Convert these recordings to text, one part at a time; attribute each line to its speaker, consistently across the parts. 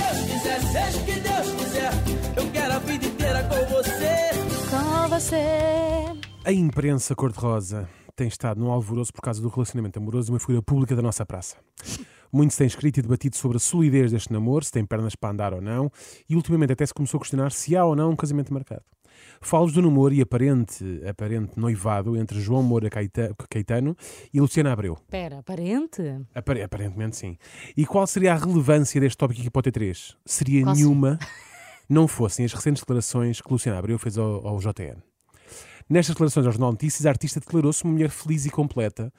Speaker 1: Seja o que Deus quiser, eu quero a vida inteira com você.
Speaker 2: Com você.
Speaker 3: A imprensa cor-de-rosa tem estado num alvoroço por causa do relacionamento amoroso de uma figura pública da nossa praça. Muito se tem escrito e debatido sobre a solidez deste namoro, se tem pernas para andar ou não, e ultimamente até se começou a questionar se há ou não um casamento marcado. Falo-vos do namoro e aparente, aparente noivado entre João Moura Caeta- Caetano e Luciana Abreu.
Speaker 2: Espera, parente?
Speaker 3: Apare- aparentemente sim. E qual seria a relevância deste tópico aqui para o T3? Seria
Speaker 2: Qual se-
Speaker 3: nenhuma, não fossem as recentes declarações que Luciana Abreu fez ao, ao JN. Nestas declarações ao Jornal Notícias, a artista declarou-se uma mulher feliz e completa,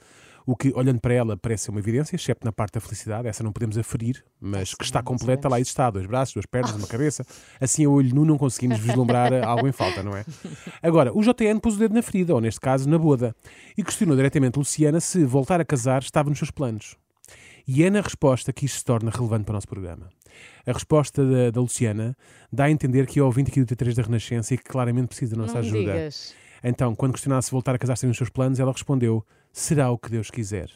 Speaker 3: o que, olhando para ela, parece ser uma evidência, excepto na parte da felicidade, essa não podemos aferir, mas que está completa, lá isso está, dois braços, duas pernas, uma cabeça, assim a olho nu não conseguimos vislumbrar algo em falta, não é? Agora, o JN pôs o dedo na ferida, ou neste caso, na boda, e questionou diretamente Luciana se voltar a casar estava nos seus planos. E é na resposta que isto se torna relevante para o nosso programa. A resposta da, da Luciana dá a entender que é ouvinte aqui do T3 da Renascença e que claramente precisa da nossa
Speaker 2: não me
Speaker 3: ajuda.
Speaker 2: digas.
Speaker 3: Então, quando questionado se voltar a casar sem os seus planos, ela respondeu: Será o que Deus quiser.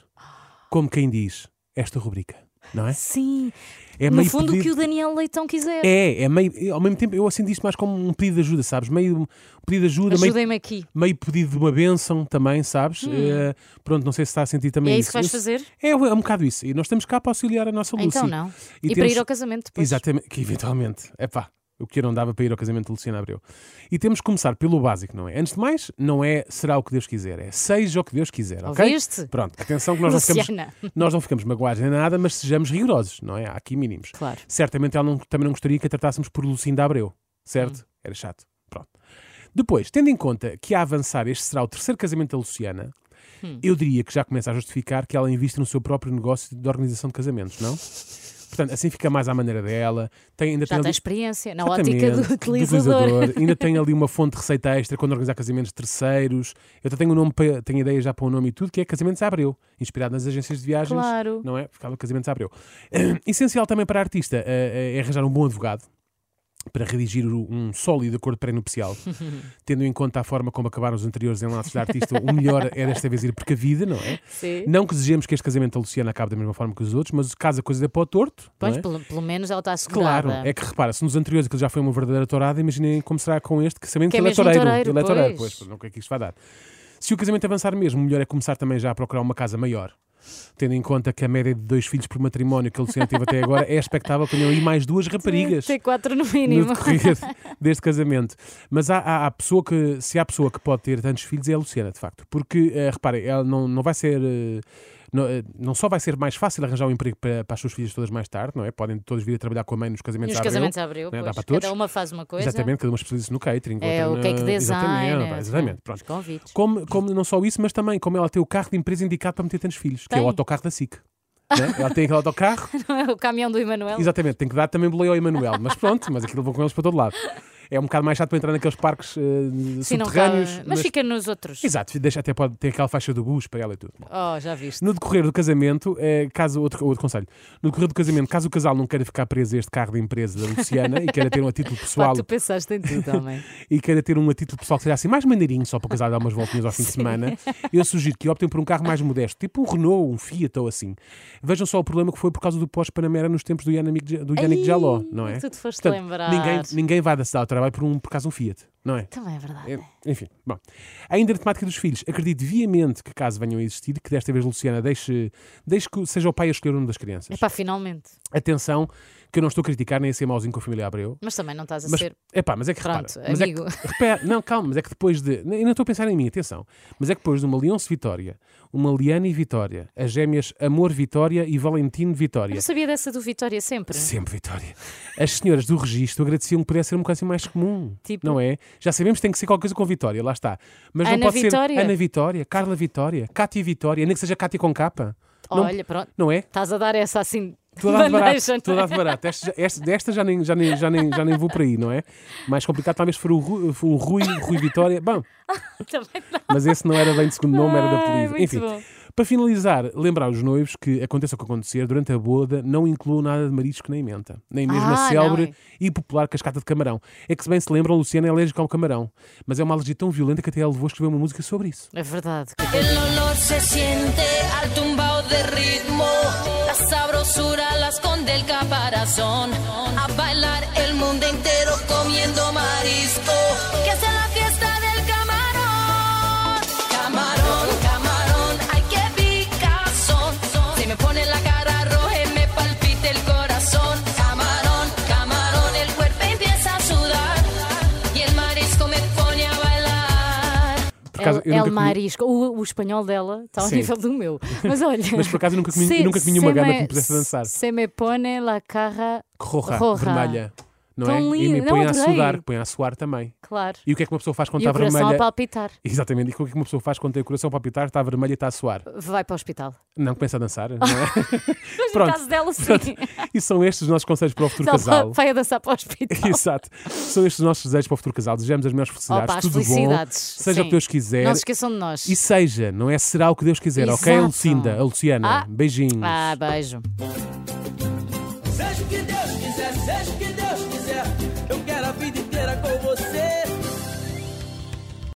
Speaker 3: Como quem diz, esta rubrica, não é?
Speaker 2: Sim,
Speaker 3: É
Speaker 2: no fundo o
Speaker 3: pedido-
Speaker 2: que o Daniel Leitão quiser.
Speaker 3: É, é meio. eu, Ao mesmo tempo, eu assim isto mais como um pedido de ajuda, sabes? Meio um pedido de ajuda, meio,
Speaker 2: Ajudem-me aqui.
Speaker 3: meio pedido de uma bênção também, sabes? Eh, pronto, não sei se está a sentir também
Speaker 2: Hum. é isso que vais
Speaker 3: Eu-
Speaker 2: fazer?
Speaker 3: É, é um bocado isso. E nós estamos cá para auxiliar a nossa Lucy.
Speaker 2: Então não. E, para
Speaker 3: temos-
Speaker 2: ir ao casamento depois.
Speaker 3: Exatamente, que eventualmente. Epá, o que eu não dava para ir ao casamento de Luciana Abreu. E temos que começar pelo básico, não é? Antes de mais, não é será o que Deus quiser, é seja o que Deus quiser, ok?
Speaker 2: Ouviste?
Speaker 3: Pronto, atenção que nós não ficamos,
Speaker 2: Luciana.
Speaker 3: nós não ficamos magoados nem nada, mas sejamos rigorosos, não é? Há aqui mínimos.
Speaker 2: Claro.
Speaker 3: Certamente ela não- também não gostaria que a tratássemos por Lucinda Abreu, certo? Era chato. Pronto. Depois, tendo em conta que a avançar este será o terceiro casamento da Luciana, eu diria que já começa a justificar que ela invista no seu próprio negócio de organização de casamentos, não? Portanto, assim fica mais à maneira dela. Tem, ainda
Speaker 2: Já
Speaker 3: tem
Speaker 2: tem
Speaker 3: ali-
Speaker 2: experiência na
Speaker 3: Exatamente,
Speaker 2: É ótica do utilizador.
Speaker 3: Ainda tem ali uma fonte de receita extra quando organizar casamentos de terceiros. Eu até tenho, um nome, para- tenho ideia já para um nome e tudo, que é Casamentos Abreu, inspirado nas agências de viagens.
Speaker 2: Claro.
Speaker 3: Não é? Ficava Casamentos Abreu. Essencial também para a artista eh, eh, é arranjar um bom advogado. Para redigir o- um sólido acordo pré-nupcial, tendo em conta a forma como acabaram os anteriores enlaces da artista, o melhor é desta vez ir precavida, não é?
Speaker 2: Sim.
Speaker 3: Não que desejemos que este casamento da Luciana acabe da mesma forma que os outros, mas caso a coisa dê para o torto,
Speaker 2: Pois,
Speaker 3: não é?
Speaker 2: pelo, pelo menos ela está assegurada.
Speaker 3: Claro, é que repara, se nos anteriores aquilo já foi uma verdadeira tourada, imaginem como será com este, que sabendo
Speaker 2: Que
Speaker 3: que,
Speaker 2: é
Speaker 3: ele é
Speaker 2: mesmo
Speaker 3: toureiro.
Speaker 2: toureiro,
Speaker 3: ele é toureiro,
Speaker 2: pois.
Speaker 3: pois, não sei o que é que isto vai dar. Se o casamento avançar mesmo, o melhor é começar também já a procurar uma casa maior. Tendo em conta que a média de dois filhos por matrimónio que a Luciana teve até agora é expectável que tenham aí mais duas raparigas
Speaker 2: Tem quatro no
Speaker 3: no
Speaker 2: mínimo.
Speaker 3: decorrer deste casamento. Mas há, há, há pessoa que, se há pessoa que pode ter tantos filhos, é a Luciana, de facto. Porque, eh, reparem, ela não, não vai ser. eh, não, eh, não só vai ser mais fácil arranjar um emprego para, para as suas filhas todas mais tarde, não é? Podem todas vir a trabalhar com a mãe nos
Speaker 2: E
Speaker 3: casamentos
Speaker 2: os
Speaker 3: à Abreu.
Speaker 2: casamentos abriu,
Speaker 3: né? Dá
Speaker 2: pois.
Speaker 3: para todos.
Speaker 2: Cada um uma faz uma coisa.
Speaker 3: Exatamente, cada uma especializa-se no catering.
Speaker 2: É
Speaker 3: outra
Speaker 2: o cake
Speaker 3: na-
Speaker 2: design.
Speaker 3: Exatamente, pá, exatamente.
Speaker 2: assim,
Speaker 3: Pronto.
Speaker 2: Os convites.
Speaker 3: Como, como não só isso, mas também como ela tem o carro de empresa indicado para meter tantos filhos, que é
Speaker 2: Tem.
Speaker 3: o autocarro da SIC. né? Ela tem aquele autocarro
Speaker 2: Não é o caminhão do Emanuel?
Speaker 3: Exatamente, tem que dar também boleia ao Emanuel, mas pronto, mas aquilo vão com eles para todo lado. É um bocado mais chato para entrar naqueles parques eh,
Speaker 2: Sim, não
Speaker 3: subterrâneos.
Speaker 2: cabe. Mas fica nos outros.
Speaker 3: Exato, deixa até pode ter aquela faixa do bus para ela e tudo. Bom,
Speaker 2: Oh, já viste.
Speaker 3: No decorrer do casamento, eh, caso outro, outro conselho, no decorrer do casamento, caso o casal não queira ficar preso a este carro de empresa da Luciana e queira ter um a título
Speaker 2: Pá,
Speaker 3: pessoal
Speaker 2: tu pensaste em tudo, homem.
Speaker 3: e queira ter um a título pessoal que seja assim mais maneirinho só para o casal dar umas voltinhas ao fim de semana, eu sugiro que optem por um carro mais modesto, tipo um Renault, um Fiat ou assim. Vejam só o problema que foi por causa do pós Panamera nos tempos do Yannick, do Yannick
Speaker 2: Ai,
Speaker 3: Jaló, não é?
Speaker 2: Tu te foste
Speaker 3: Portanto,
Speaker 2: lembrar.
Speaker 3: Ninguém, ninguém vai dar-se dar ao trabalho por, um, por causa de um Fiat, não é?
Speaker 2: Também é verdade.
Speaker 3: É, Enfim, bom. Ainda na temática dos filhos, acredito viamente que caso venham a existir, que desta vez Luciana deixe, deixe que seja o pai a escolher o nome das
Speaker 2: É
Speaker 3: crianças.
Speaker 2: pá, finalmente.
Speaker 3: Atenção, que eu não estou a criticar nem a ser mauzinho com a família Abreu.
Speaker 2: Mas também não estás a
Speaker 3: Mas,
Speaker 2: ser.
Speaker 3: epá, mas é que
Speaker 2: Pronto,
Speaker 3: repara, mas é que-
Speaker 2: amigo.
Speaker 3: repara- não, calma, mas é que depois de. Eu não estou a pensar em mim, atenção. Mas é que depois de uma Leonce Vitória, uma Liane e Vitória, as gêmeas Amor Vitória e Valentino Vitória,
Speaker 2: Eu não sabia dessa do Vitória sempre.
Speaker 3: Sempre, Vitória. As senhoras do registro agradeciam que pudesse ser uma coisa assim mais comum.
Speaker 2: Tipo?
Speaker 3: Não é? Já sabemos que tem que ser qualquer coisa com Vitória, lá está. Mas não
Speaker 2: Ana
Speaker 3: pode
Speaker 2: Vitória?
Speaker 3: ser Ana Vitória, Carla Vitória, Cátia Vitória, nem que seja Cátia com capa. Não-
Speaker 2: Olha, pronto.
Speaker 3: Não é?
Speaker 2: Estás a dar essa assim.
Speaker 3: Estou a dar de barato.
Speaker 2: bandeja,
Speaker 3: Estou a
Speaker 2: não
Speaker 3: dar
Speaker 2: é?
Speaker 3: de barato. Esta, esta, desta já nem, já, nem, já, nem, já nem vou por aí, não é? Mais complicado talvez for o Rui, um Rui, Rui Vitória. Bom,
Speaker 2: Também não.
Speaker 3: mas esse não era bem de segundo nome, era da
Speaker 2: Ai,
Speaker 3: apelido.
Speaker 2: muito
Speaker 3: Enfim,
Speaker 2: bom.
Speaker 3: para finalizar, lembrar os noivos que, aconteça o que acontecer, durante a boda não incluam nada de marisco nem menta, nem mesmo
Speaker 2: Ah,
Speaker 3: a célebre
Speaker 2: não.
Speaker 3: e popular cascata de camarão. É que, se bem se lembram, Luciana é alérgica ao camarão, mas é uma alergia tão violenta que até ela levou a escrever uma música sobre isso.
Speaker 2: É verdade.
Speaker 4: El olor se siente al tumbao de ritmo, la sabrosura, la rascón del caparazón. A bailar el mundo entero comiendo marisco. Que sea la fiesta del camarón. Camarón, camarón, ay que picazón. Se me pone la cara roja y me palpita el corazón. Camarón, camarón, el cuerpo empieza a sudar. Y el marisco me pone a bailar.
Speaker 3: Por acaso, eu
Speaker 2: El,
Speaker 3: nunca
Speaker 2: el
Speaker 3: comi-
Speaker 2: Marisco. O, o espanhol dela está ao
Speaker 3: Sim.
Speaker 2: nível do meu. Mas olha.
Speaker 3: Mas por acaso eu nunca comi- eu nunca comi nenhuma
Speaker 2: se
Speaker 3: gana que
Speaker 2: me-
Speaker 3: me pudesse dançar.
Speaker 2: Se me pone la cara.
Speaker 3: Roja,
Speaker 2: Roja.
Speaker 3: vermelha. Não
Speaker 2: Tão
Speaker 3: é? E me
Speaker 2: lindo.
Speaker 3: põe
Speaker 2: Não,
Speaker 3: a
Speaker 2: adorei.
Speaker 3: sudar, põe a suar também.
Speaker 2: Claro.
Speaker 3: E o que é que uma pessoa faz quando
Speaker 2: E
Speaker 3: está
Speaker 2: o coração
Speaker 3: vermelha?
Speaker 2: a palpitar.
Speaker 3: Exatamente. E o que é que uma pessoa faz quando tem o coração a palpitar, está vermelha e está a suar?
Speaker 2: Vai para o hospital.
Speaker 3: Não começa a dançar, não é?
Speaker 2: Mas
Speaker 3: Pronto.
Speaker 2: no caso dela, sim.
Speaker 3: e são estes os nossos conselhos para o futuro
Speaker 2: Ela
Speaker 3: casal.
Speaker 2: vai a dançar para o hospital.
Speaker 3: Exato. São estes os nossos desejos para o futuro casal. Desejamos as melhores felicidades,
Speaker 2: Opa, as
Speaker 3: tudo
Speaker 2: felicidades.
Speaker 3: bom, seja o
Speaker 2: Sim.
Speaker 3: que Deus quiser.
Speaker 2: Não se esqueçam de nós.
Speaker 3: E seja, não é será o que Deus quiser, ok? A
Speaker 2: Exato.
Speaker 3: Lucinda, a Luciana.
Speaker 2: Ah.
Speaker 3: Beijinhos.
Speaker 2: Ah, beijo.
Speaker 1: Seja o que Deus quiser, seja o que Deus